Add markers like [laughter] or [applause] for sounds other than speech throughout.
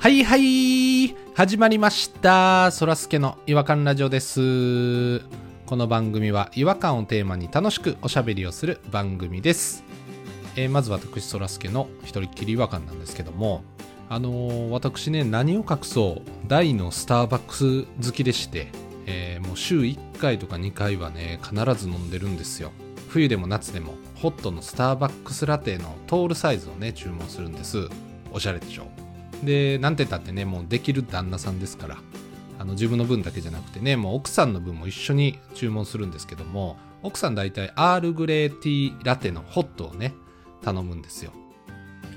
はいはい始まりましたそらすけの違和感ラジオですこの番組は違和感をテーマに楽しくおしゃべりをする番組です、えーまず私そらすけの一人っきり違和感なんですけどもあのー私ね何を隠そう大のスターバックス好きでして、えーもう週1回とか2回はね必ず飲んでるんですよ冬でも夏でもホットのスターバックスラテのトールサイズをね注文するんですおしゃれでしょでなんて言ったってねもうできる旦那さんですからあの自分の分だけじゃなくてねもう奥さんの分も一緒に注文するんですけども奥さん大体アールグレーティーラテのホットをね頼むんですよ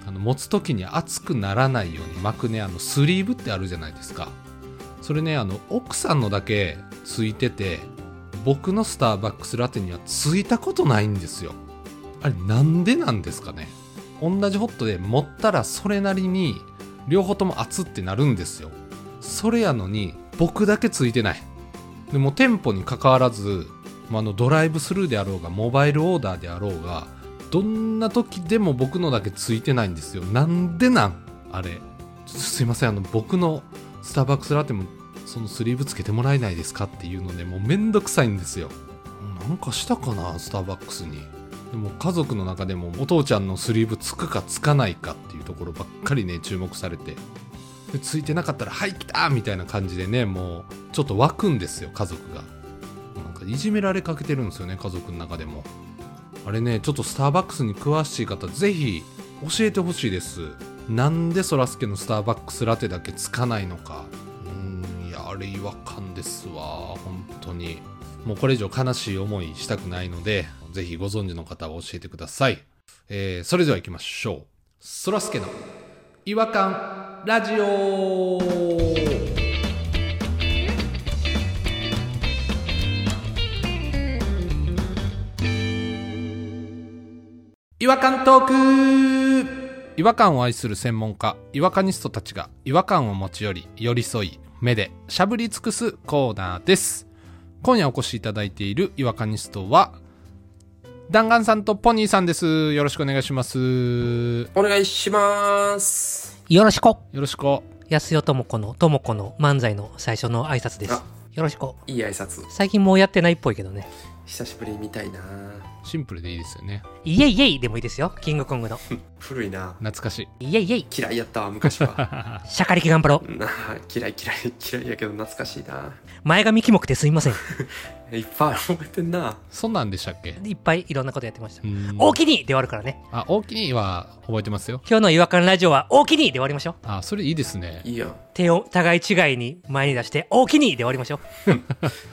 あの持つ時に熱くならないように巻くねあのスリーブってあるじゃないですかそれねあの奥さんのだけついてて僕のスターバックスラテにはついたことないんですよあれなんでなんですかね同じホットで持ったらそれなりに両方とも熱ってなるんですよそれやのに僕だけついてないでもう店舗にかかわらず、まあ、あのドライブスルーであろうがモバイルオーダーであろうがどんな時でも僕のだけついてないんですよなんでなんあれすいませんあの僕のスターバックスラテもそのスリーブつけてもらえないですかっていうのでもうめんどくさいんですよなんかしたかなスターバックスにでも家族の中でもお父ちゃんのスリーブつくかつかないかっていうところばっかりね注目されてでついてなかったら「はい来た!」みたいな感じでねもうちょっと湧くんですよ家族がなんかいじめられかけてるんですよね家族の中でもあれねちょっとスターバックスに詳しい方ぜひ教えてほしいですなんでそらすけのスターバックスラテだけつかないのかうーんいやあれ違和感ですわ本当にもうこれ以上悲しい思いしたくないのでぜひご存知の方は教えてください、えーそれでは行きましょうそらすけの違和感ラジオ違和感トーク違和感を愛する専門家違和感ニストたちが違和感を持ち寄り寄り添い目でしゃぶり尽くすコーナーです今夜お越しいただいている違和感ニストは弾丸さんとポニーさんですよろしくお願いしますお願いします。よろしくよろしくお安代智子の智子の漫才の最初の挨拶ですあよろしくいい挨拶。最近もうやってないっぽいけどね久しぶりみたいな。シンプルでいいですよねイエイイエイでもいいですよキングコングの古いな。懐かしいイエイイエイ嫌いやったわ、昔 [laughs] は。シャカリキ頑張ろうなあ嫌い嫌い嫌いやけど懐かしいな。前髪キモくてすいませんいっぱい覚えてんな。そんなんでしたっけいっぱいいろんなことやってましたうん大きにで終わるからねあ大きいは覚えてますよ今日の違和感ラジオは大きにで終わりましょうあそれいいですねいいやん。手を互い違いに前に出して大きにで終わりましょ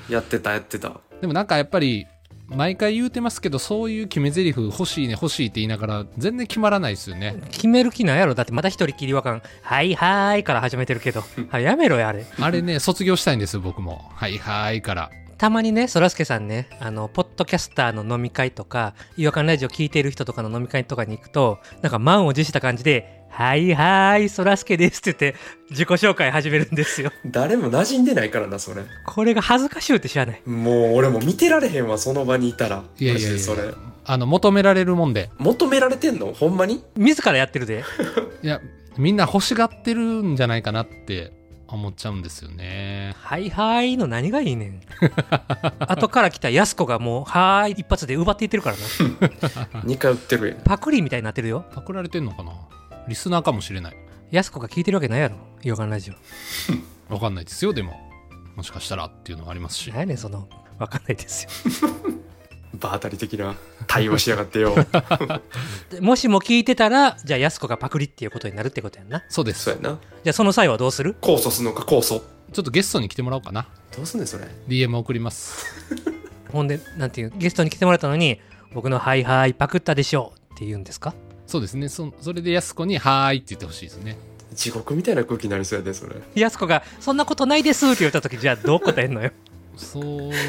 うやってたやってた。でもなんかやっぱり毎回言うてますけどそういう決め台詞欲しいね欲しいって言いながら全然決まらないですよね決める気なんやろだってまた一人きり違和感はいはーいから始めてる [laughs] けどあやめろやあれあれね卒業したいんですよ僕もはいはいからたまにねそらすけさんねあのポッドキャスターの飲み会とか違和感ラジオ聞いてる人とかの飲み会とかに行くとなんか満を持した感じで「はいはいそらすけです」って言って自己紹介始めるんですよ誰も馴染んでないからな、それ。これが恥ずかしゅうって知らないもう俺も見てられへんわ、その場にいたら。いやいやいやマジでそれ。あの求められるもんで求められてんのほんまに自らやってるでいやみんな欲しがってるんじゃないかなって思っちゃうんですよね「はいはい」の何がいいねん後から来たやす子がもう「はーい」一発で奪っていってるからな ?2 回売ってるやん。パクリみたいになってるよパクられてんのかなリスナーかもしれないやす子が聞いてるわけないやろ違和感ラジオわかんないですよでももしかしたらっていうのもありますし何やねんそのわかんないですよ場当たり的な対応しやがって [laughs] よ。でもしも聞いてたらじゃあやす子がパクリっていうことになるってことやんなそうですそうやな。じゃあその際はどうする控訴すんのか、控訴。ちょっとゲストに来てもらおうかなどうすんねん、それ。 DM 送りますほんで、なんていう、ゲストに来てもらったのに、僕のハイハイパクったでしょって言うんですかそうですねそそれでやす子に「はーい」って言ってほしいですね地獄みたいな空気になりそうやで、それ。やす子が、そんなことないですって言った時、じゃあどう答えんのよ。そ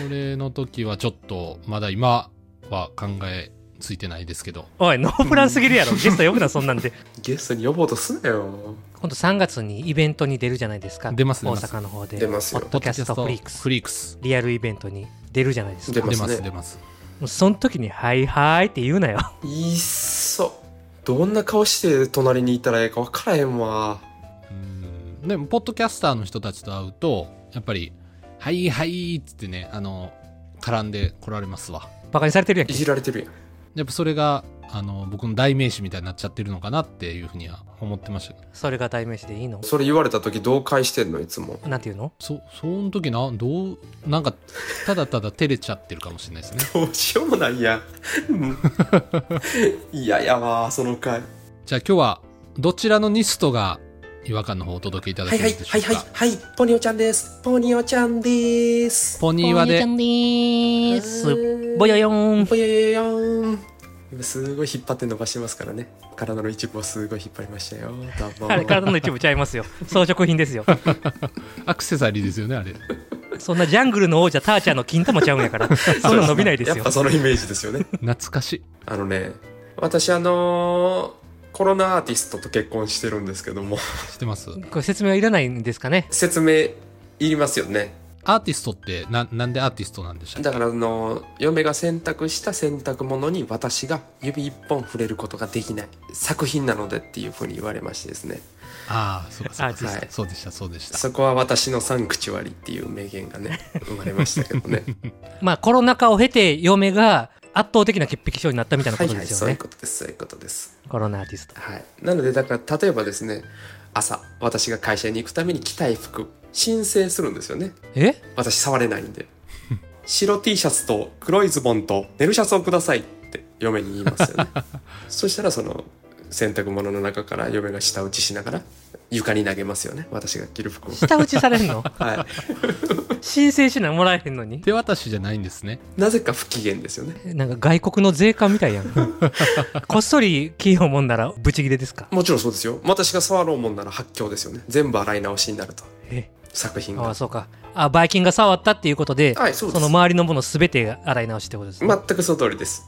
れの時はちょっとまだ今は考えついてないですけど [laughs] おい、ノープランすぎるやろ。ゲスト呼ぶな、そんなんで。ゲストに呼ぼうとすなよ。今度3月にイベントに出るじゃないですか。出ます出大ます阪の方で。出ますよポッドキャストフリークス。フリークスリアルイベントに出るじゃないです出か。出ますますね出ますもうその時に、はいはいって言うなよ。いっそどんな顔して隣にいたらええか分からへんわうーんでもポッドキャスターの人たちと会うとやっぱり「はいはい」っつってねあの絡んで来られますわバカにされてるやいんけじられてるやんやっぱそれがあの僕の代名詞みたいになっちゃってるのかなっていうふうには思ってましたけどそれが代名詞でいいのそれ言われた時どう返してんのいつもなんていうのそその時などうなんかただただ照れちゃってるかもしれないですねどうしようもないやん [laughs] いややわその回じゃあ今日はどちらのニストが違和感の方をお届けいただけるでしょうか、はいポニオちゃんですポニオちゃんですポニーワでーすぼよよんぽよよよん今すごい引っ張って伸ばしてますからね体の一部をすごい引っ張りましたよどうもあれ [laughs] 体の一部ちゃいますよ装飾品ですよアクセサリーですよねあれそんなジャングルの王者ターちゃんの金玉ちゃうん [laughs] やからそんな伸びないですやよっぱそのイメージですよね懐かしいあのね私あのーコロナアーティストと結婚してるんですけども [laughs] してますこれ説明はいらないんですかね説明いりますよねアーティストってななんでアーティストなんでしたっけだからあのー嫁が洗濯した洗濯物に私が指一本触れることができない作品なのでっていうふうに言われましてですねああそうかそうかそうアーティスかトそうでしたそうでしたそこは私のサンクチュアリっていう名言が [laughs] ね生まれましたけどねまあコロナ禍を経て嫁が圧倒的な潔癖症になったみたいはなこいとはでいすよそういうねことですそういうことですコロナアーティストはいなのでだから例えばですね朝私が会社に行くために着たい服申請するんですよねえ私触れないんで白 T シャツと黒いズボンと寝るシャツをくださいって嫁に言います [laughs] よねそしたらその洗濯物の中から嫁が舌打ちしながら床に投げますよね私が着る服を下打ちされん [laughs] のは申請しないもらえへんのに手渡しじゃないんですねいなぜか不機嫌ですよねなんか外国の税関みたいや [laughs] んこっそり金をもんだらブチギレですかもちろんそうですよ私が触ろうもんなら発狂ですよね全部洗い直しになるとえ作品あがあそうかあバイキンが触ったっていうことで、はいそうですの周りのもの全て洗い直しってことですね、全くその通りです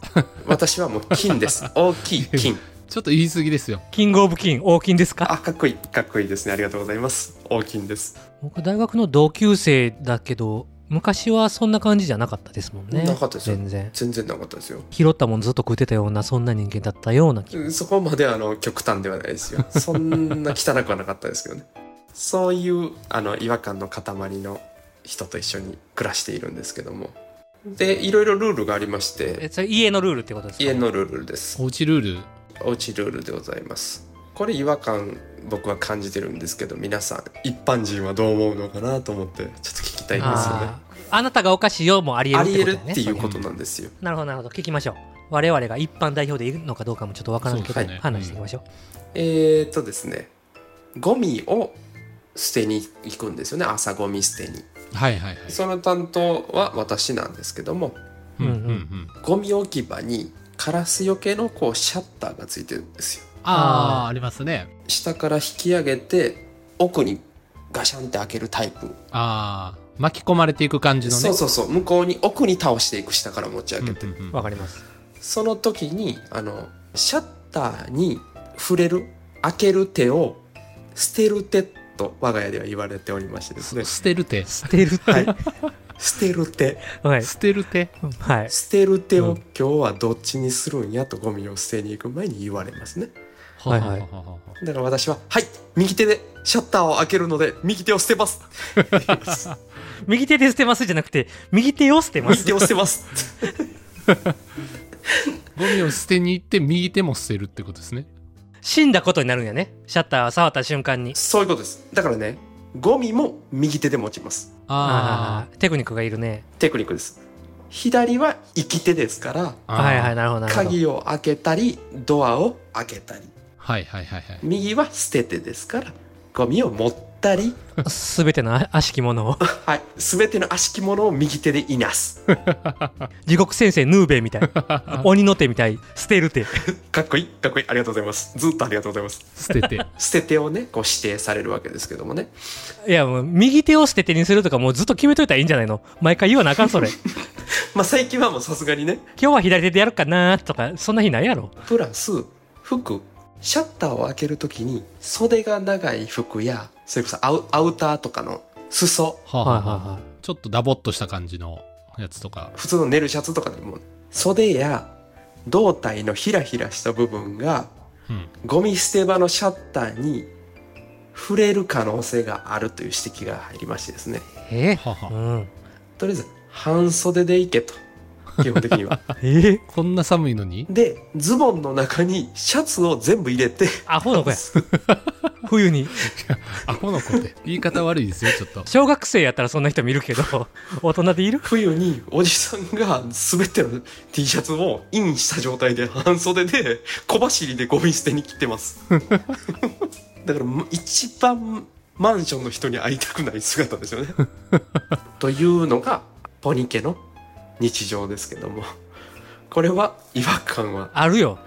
私はもう金です大きい金ちょっと言い過ぎですよキングオブキン大金ですかあかっこいいかっこいいですねありがとうございます大金です僕大学の同級生だけど昔はそんな感じじゃなかったですもんねなかったですよ全然全然なかったですよ拾ったもんずっと食ってたようなそんな人間だったような気そこまであの極端ではないです [laughs] よ。そんな汚くはなかったですけどね。そういうあの違和感の塊の人と一緒に暮らしているんですけども。で、いろいろルールがありましえて、それ家のルールってことですか家のルールです。おうちルールおうちルールでございます。これ違和感僕は感じてるんですけど、皆さん、一般人はどう思うのかなと思って、ちょっと聞きたいんですよね。あーあなたがおかしいよもありあ得るりってえるっことだよねていうことなんですよ。なるほどなるほど聞きましょう我々が一般代表でいるのかどうかもちょっとわからないけど、そうですね話していきましょう、えー、っとですね、ゴミを捨てに行くんですよね。朝ゴミ捨てに。はいはいはいその担当は私なんですけどもうんうんううんんゴミ置き場にカラスよけのこうシャッターがついてるんですよあああありますね下から引き上げて奥にガシャンって開けるタイプ、ああ巻き込まれていく感じのねそうそうそう向こうに奥に倒していく下から持ち上うんうげんて、うんわかりますその時にあのシャッターに触れる開ける手を捨てる手と我が家では言われておりましてですねす捨てる手捨てるってはい捨てる手はい、捨てる手はい、捨てる手うをん今日はどっちにするんやとゴミを捨てに行く前に言われますねはいはいはははだから私は、はい、右手でシャッターを開けるので、右手を捨てます。右手で捨てますじゃなくて右手を捨てま右す手を捨てます。ゴミを捨てに行って右手も捨てるってことですね死んだことになるんやねシャッターを触った瞬間 [laughs] にそういうことです。だからね、ゴミも右手で持ちます。あああテクニックがいるねテクニックです。左は生き手ですから、あはいはいいなるほどなるほど鍵を開けたり、ドアを開けたり、はいはいはいはい右は捨て手ですから、ゴミを持ったり、全ての悪しきものを [laughs] はい、すべての悪しきものを右手でいなす。地獄先生ヌーベ [laughs] イみたい鬼の手みたい捨てる手かっこいい、かっこいい、ありがとうございます。ずっとありがとうございます。捨てて捨て手をね、こう指定されるわけですけどもね。いやもう右手を捨て手にするとかもうずっと決めといたらいいんじゃないの毎回言わなあかん [laughs] それ今まあ最近はもうさすがにね、日は左手でやるかなとかそんな日ないやろプラス服シャッターを開けるときに袖が長い服やそれこそアウアウターとかの裾はあはいははいあはあはちょっとダボっとした感じのやつとか普通の寝るシャツとかでも袖や胴体のひらひらした部分がうんゴミ捨て場のシャッターに触れる可能性があるという指摘が入りましてですねえははうん、とりあえず半袖でいけと基本的にはえこんな寒いのにでズボンの中にシャツを全部入れてアホの [laughs] 子や冬にアホの子って [laughs] 言い方悪いですよちょっと小学生やったらそんな人見るけ [laughs] ど大人でいる冬におじさんが全ての T シャツをインした状態で半袖で小走りでゴミ捨てに来てますだから一番マンションの人に会いたくない姿ですよねというのがポニケの日常ですけどもこれは違和感はあるよ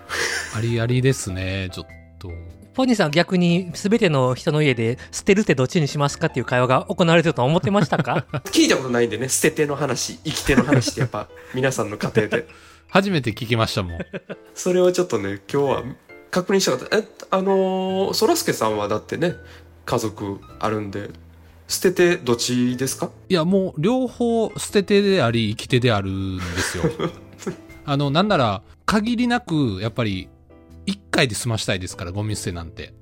ありありですねちょっとポニーさん逆に全ての人の家で捨てるってどっちにしますかっていう会話が行われてるとは思ってまし [laughs] たか聞いたことないんでね捨て手の話生き手の話ってやっぱ皆さんの家庭で初めて聞きましたもんそれをちょっとね今日は確認したかったえあのーそらすけさんはだってね家族あるんで捨ててどっちですかいや、もう、両方、捨て手であり、生き手であるんです [laughs] よ。あの、なんなら、限りなく、やっぱり、一回で済ましたいですから、ゴミ捨てなんて。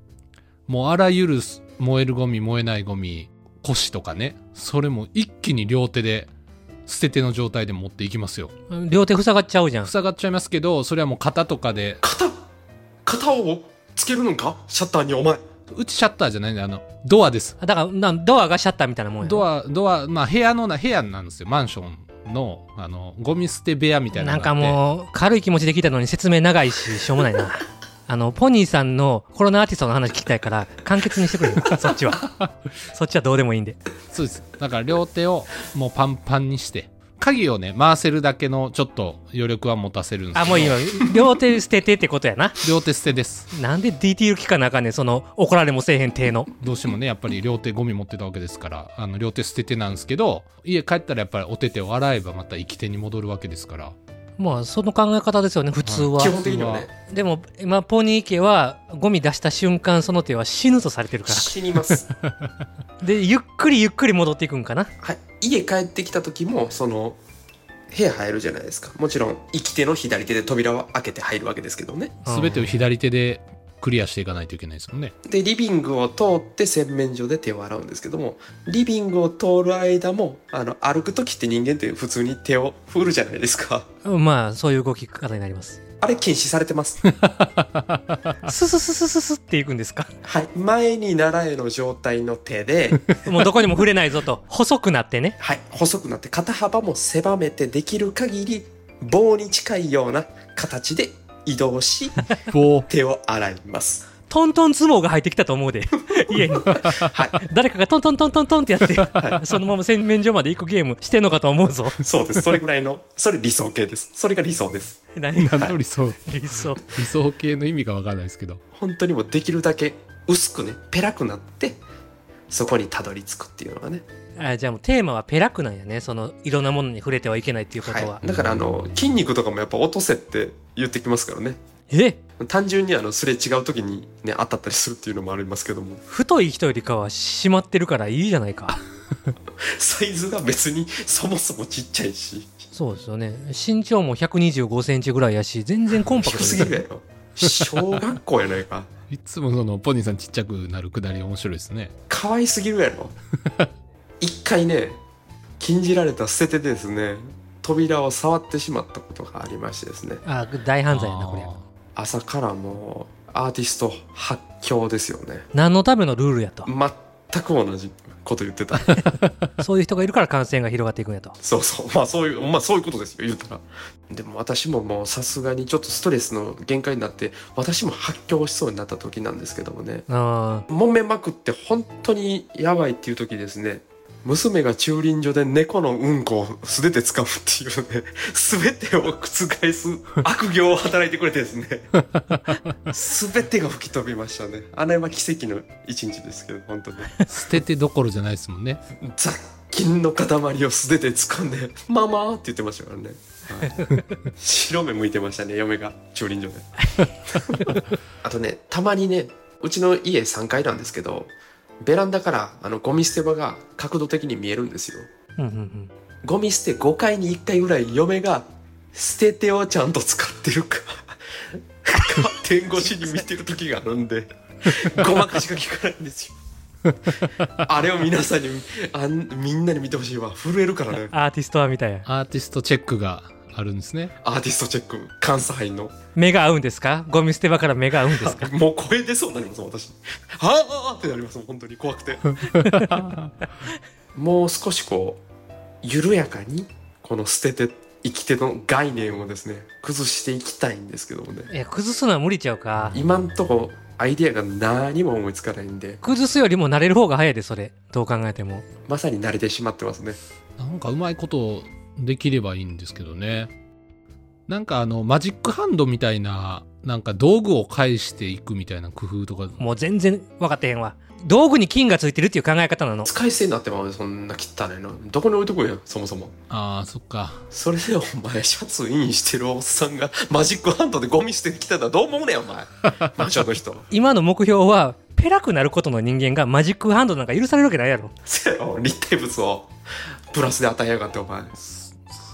もう、あらゆるす、燃えるゴミ、燃えないゴミ、腰とかね。それも一気に両手で、捨て手の状態で持っていきますよ。両手塞がっちゃうじゃん塞がっちゃいますけど、それはもう型とかで、肩肩をつけるのかシャッターにお前うちシャッターじゃないんで、あの、ドアです。あだからなんドアがシャッターみたいなもんやドアア、ドア、まあ、部屋のな、部屋なんですよ。マンションの、あの、ゴミ捨て部屋みたいななのんがあっかてもう軽い気持ちで聞いたのに説明長いししょうもない [laughs] なあのポニーさんのコロナアーティストの話聞きたいから簡潔にしてく [laughs] れよそっちはそっちはどうでもいいんでそうです。だから両手をもうパンパンにして、鍵をね、回せるだけのちょっと余力は持たせるんですけどあもういいよ [laughs] 両手捨ててってことやな両手捨てです。なんで DTL 聞かなあかんねんその怒られもせえへん体のどうしてもね、やっぱり両手ゴミ持ってたわけですから、あの、両手捨ててなんですけど、家帰ったらやっぱりお手手を洗えばまた生き手に戻るわけですから。まあその考え方ですよね普通は基本的にはねでも今ポニー家はゴミ出した瞬間その手は死ぬとされてるか死にますらでゆっくりゆっくり戻っていくんかなはい家帰ってきた時もその部屋入るじゃないですかもちろん生き手の左手で扉を開けて入るわけですけどねすべてを左手でクリアしていかないといけないですもんね。でリビングを通って洗面所で手を洗うんですけどもリビングを通る間もあの歩く時って人間って普通に手を振るじゃないですか [laughs] うんまあそういう動き方になりますあれ禁止されてますススススススっていくんですかはい前に習えの状態の手でもうどこにも触れないぞと細くなってねはい細くなって肩幅も狭めてできる限り棒に近いような形で移動し [laughs] こ手を洗いますトントン相撲が入ってきたと [laughs] 思うで家には誰かがトントントントントンってやってそのまま洗面所まで行くゲームしてんのかと思うぞいそうですそれぐらいのそれ理想形ですそれが理想ですう、何が何の理想、理想理想系の意味がわからないですけど。本当にもうできるだけ薄くねペラくなってそこにたどり着くっていうのがねあじゃあもうテーマはペラクなんやねそのいろんなものに触れてはいけないっていうことは、はい、だからあの筋肉とかもやっぱ落とせって言ってきますからねえ単純にあのすれ違う時にね当たったりするっていうのもありますけども太い人よりかは締まってるからいいじゃないかサイズが別にそもそもちっちゃいしそうですよね身長も1 2 5ンチぐらいやし全然コンパ低クトすすぎぎるやるろ小学校やないかいつもその、ポニーさんちっちゃくなるくだり面白いですね。可愛すぎるやろ一回ね禁じられた捨ててですね扉を触ってしまったことがありましてですねあ大犯罪やなこれあー朝からもうアーティスト発狂ですよね何のためのルールやと全く同じこと言ってた [laughs] そういう人がいるから感染が広がっていくんやとそうそう。まあそういう、まあそういうことですよ、言うたら。でも私ももうさすがにちょっとストレスの限界になって、私も発狂しそうになった時なんですけどもね。あ揉めまくって本当にやばいっていう時ですね。娘が駐輪場で猫のうんこを素手で掴むっていうね、すべてを覆す悪行を働いてくれてですね、すべてが吹き飛びましたね。あれは奇跡の一日ですけど、本当に。捨ててどころじゃないですもんね。雑菌の塊を素手で掴んで [laughs] 「ママ!」って言ってましたからね、はい白目向いてましたね嫁が駐輪場であとねたまにねうちの家3階なんですけどベランダからあのゴミ捨て場が角度的に見えるんですよあうんうんうんゴミ捨て5回に1回ぐらい嫁が捨て手をちゃんと使ってるかカーテン越しに見てる時があるんでごまかしが効かないんですよあれを皆さんにあんみんなに見てほしいわ震えるからねアーティストはみたいな。アーティストチェックがあるんですね。アーティストチェック監査杯の目が合うんですかゴミ捨て場から目が合うんですかもう声出そうになります私あーってなりますもん本当に怖くてもう少しこう緩やかにこの捨てて生き手の概念をですね崩していきたいんですけどもね [laughs] いや、崩すのは無理ちゃうか。今んとこアイディアが何も思いつかないんで崩すよりも慣れる方が早いで、それ。どう考えても。まさに慣れてしまってますねなんかうまいことできればいいんですけどね。なんかあの、マジックハンドみたいな、なんか道具を返していくみたいな工夫とか、もう全然分かってへんわ。道具に金がついてるっていう考え方なの。使い捨てになってまうそんな汚いのどこに置いとくんやそもそもああ、そっか。それでお前シャツインしてるおっさんがマジックハンドでゴミ捨てきたらどう思うねんお前マジョの人 [laughs] 今の目標は、ペラくなることの人間がマジックハンドなんか許されるわけないやろ。せやろ立体物をプラスで与えやがってお前そ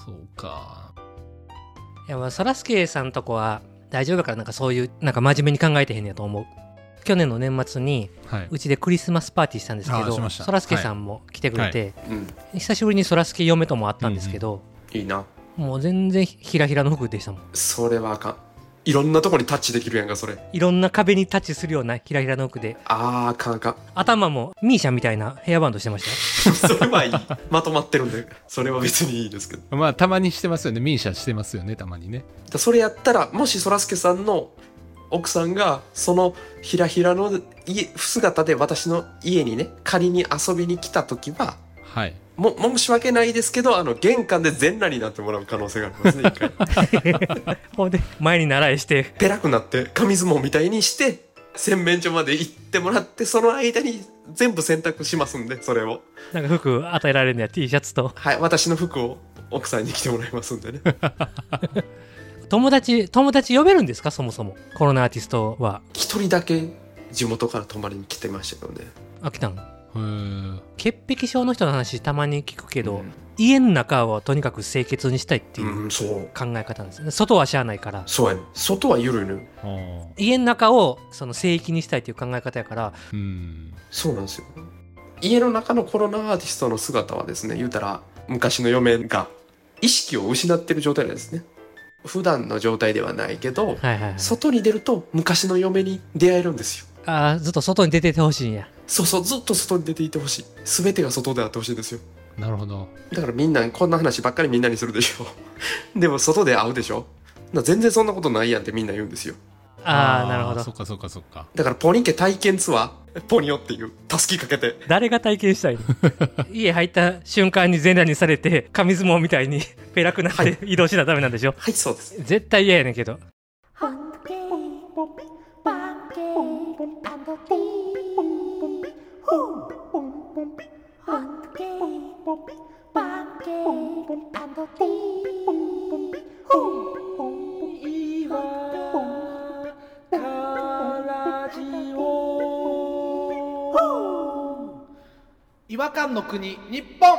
そうか。いや、まあ、そらすけさんとこは大丈夫だから、なんかそういう、なんか真面目に考えてへんやと思う。去年の年末に、はい。うちでクリスマスパーティーしたんですけあーしど、ましたそらすけさんも来てくれて、うん久しぶりにそらすけ嫁とも会ったんですけど、いいなもう全然ひらひらの服でしたもん。それはあかんいろんなとこにタッチできるやんかそれいろんな壁にタッチするようなひらひらの服で、あーあかんあか [laughs] ん頭もミーシャみたいなヘアバンドしてましたよ。それはいいまとまってるんでそれは別にいいですけどまあ、たまにしてますよね。ミーシャしてますよね、たまにね。だそれやったらもしそらすけさんの奥さんがそのひらひらの家姿で私の家にね仮に遊びに来た時ははい。も申し訳ないですけどあの玄関で全裸になってもらう可能性があります [laughs] ね一回ほんで、前に習いして、ペラくなって紙相撲みたいにして洗面所まで行ってもらってその間に全部洗濯しますんでそれをなんか服与えられるのや T シャツと。はい私の服を奥さんに着てもらいますん [laughs] でね友達、友達呼べるんですかそもそも。コロナアーティストは。一人だけ地元から泊まりに来てましたけどねあ、来たんへー潔癖症の人の話たまに聞くけど、うん家の中はとにかく清潔にしたいっていううんそう考え方なんですね。外はしゃあないから。そうやね外は緩いの、よあー家の中をその聖域にしたいっていう考え方やから、うん。そうなんですよ家の中のコロナアーティストの姿はですね言うたら昔の嫁が意識を失ってる状態なんですね普段の状態ではないけどはいはい、はい。外に出ると昔の嫁に出会えるんですよああ、ずっと外に出ててほしいんや。そうそうずっと外に出ていてほしい全てが外であってほしいんですよなるほど。だからみんなこんな話ばっかりみんなにするでしょ [laughs] でも外で会うでしょだから全然そんなことないやんってみんな言うんですよああ、なるほそっど。かそっかそっか。だからポニケ体験ツアーポニオっていうたすきかけて誰が体験したいの [laughs] 家入った瞬間に全裸にされて、紙相撲みたいに [laughs] ペラくなっはて移動しなダメなんでしょはいそうです絶対嫌やねんけど。 Hungry, 違和感の国日本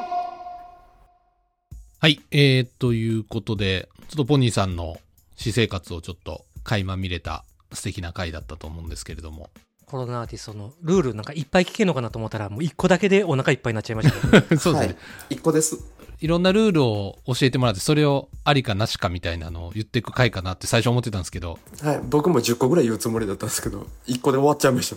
はい。えー、ということで、ちょっとポニーさんの私生活をちょっと垣間見れた素敵な回だったと思うんですけれども。コロナアーティストのルールなんかいっぱい聞けんのかなと思ったら、もう一個だけでお腹いっぱいになっちゃいましたけど。そうですね。はい、一個ですいろんなルールを教えてもらって、それをありかなしかみたいなのを言っていく回かなって最初思ってたんですけど、はい、僕も10個ぐらい言うつもりだったんですけど、1個で終わっちゃいまし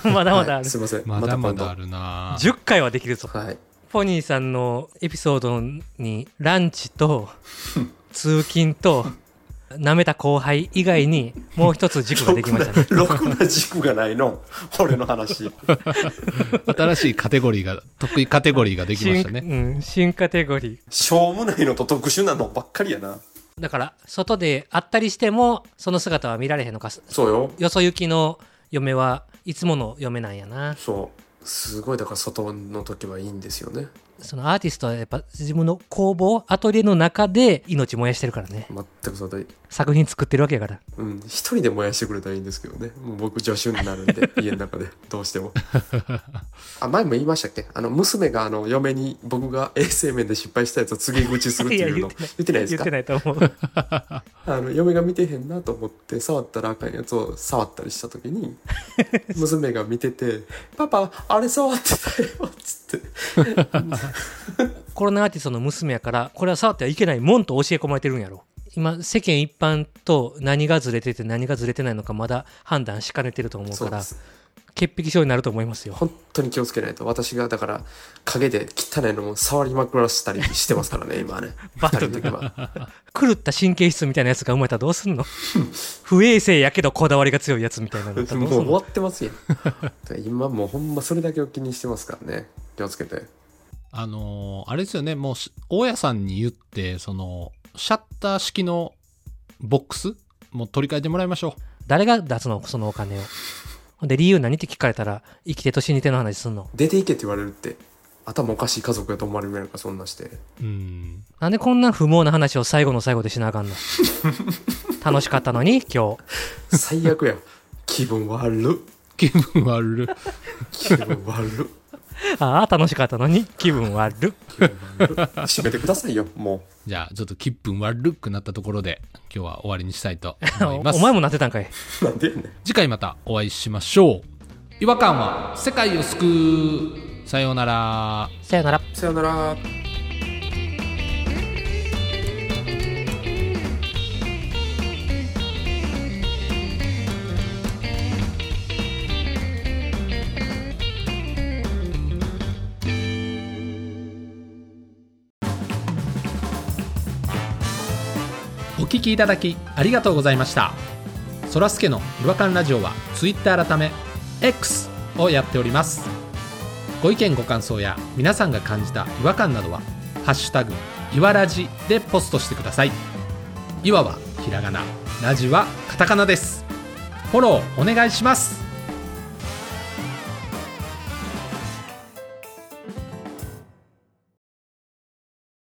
た。 [laughs] まだまだあはいる。すいません。まだまだある。るなぁ10回はできるぞ。はい。ポニーさんのエピソードに、ランチと、通勤と、舐めた後輩以外に、もう一つ軸ができました [laughs] ね。ろくなろくな軸がないの、俺の話。新しいカテゴリーが、得意カテゴリーができま新したね。うん、新カテゴリー。しょうもないのと特殊なのばっかりやな。だから、外で会ったりしても、その姿は見られへんのか。そうよ。よそ行きの嫁はいつもの嫁なんやな。そう。すごい、だから外の時はいいんですよね。そのアーティストはやっぱ自分の工房アトリエの中で命燃やしてるからね全くその通り作品作ってるわけやからうん、一人で燃やしてくれたらいいんですけどね。もう僕助手になるんで、 [laughs] 家の中で、どうしても。あ、前も言いましたっけあの、娘が、あの、嫁に僕が衛生面で失敗したやつを告げ口するっていうの、いや言ってないです言っかてないと思うあの、嫁が見てへんなと思って、触ったらあかんやつを触ったりした時 [laughs] に、娘が見てて、パパ、あれ触ってたよ、つって。コロナアーティストの娘やからこれは触ってはいけないもんと教え込まれてるんやろ今世間一般と何がずれてて何がずれてないのかまだ判断しかねてると思うそかうでらす。潔癖症になると思いますよ本当に気をつけないと。私が、だから、影で汚いのも触りまくらしたりしてますからね、今 [laughs] はね。バト二人の時は。狂った神経質みたいなやつが生まれたらどうすんの [laughs] 不衛生やけどこだわりが強いやつみたいなのだったらもどう [laughs] うすん終わのってますよ。今もうほんまそれだけを気にしてますからね。気をつけて。あのーあれですよね、もうし、大家さんに言って、その、シャッター式のボックスもう取り替えてもらいましょ誰が出すのそのお金をほんで理由何って聞かれたら生きてと死にての話すんの出ていけって言われるって。頭おかしい家族やと思われるぐらいからそんなんして。う。うん。なんでこんな不毛な話を最後の最後でしなあかんの [laughs] 楽しかったのに今日最悪や。気分悪っ。気分悪る。 [laughs] 気分悪っ。ああ楽しかったのに気分悪っ気分悪っ [laughs] 締めてくださいよ、も。じゃあ、ちょっと気分悪くなったところで、今日は終わりにしたいと思い [laughs] おます。前もなってたんかい [laughs] うなんでやねん。次回またお会いしましょう。違和感は世界を救う。さようなら。さよならさよなら。お聞きいただきありがとうございましたそらすけの違和感ラジオは Twitter 改め X をやっておりますご意見ご感想や皆さんが感じた違和感などは「ハッシュタグいわらじ」でポストしてくださいいわはひらがなラジはカタカナですフォローお願いします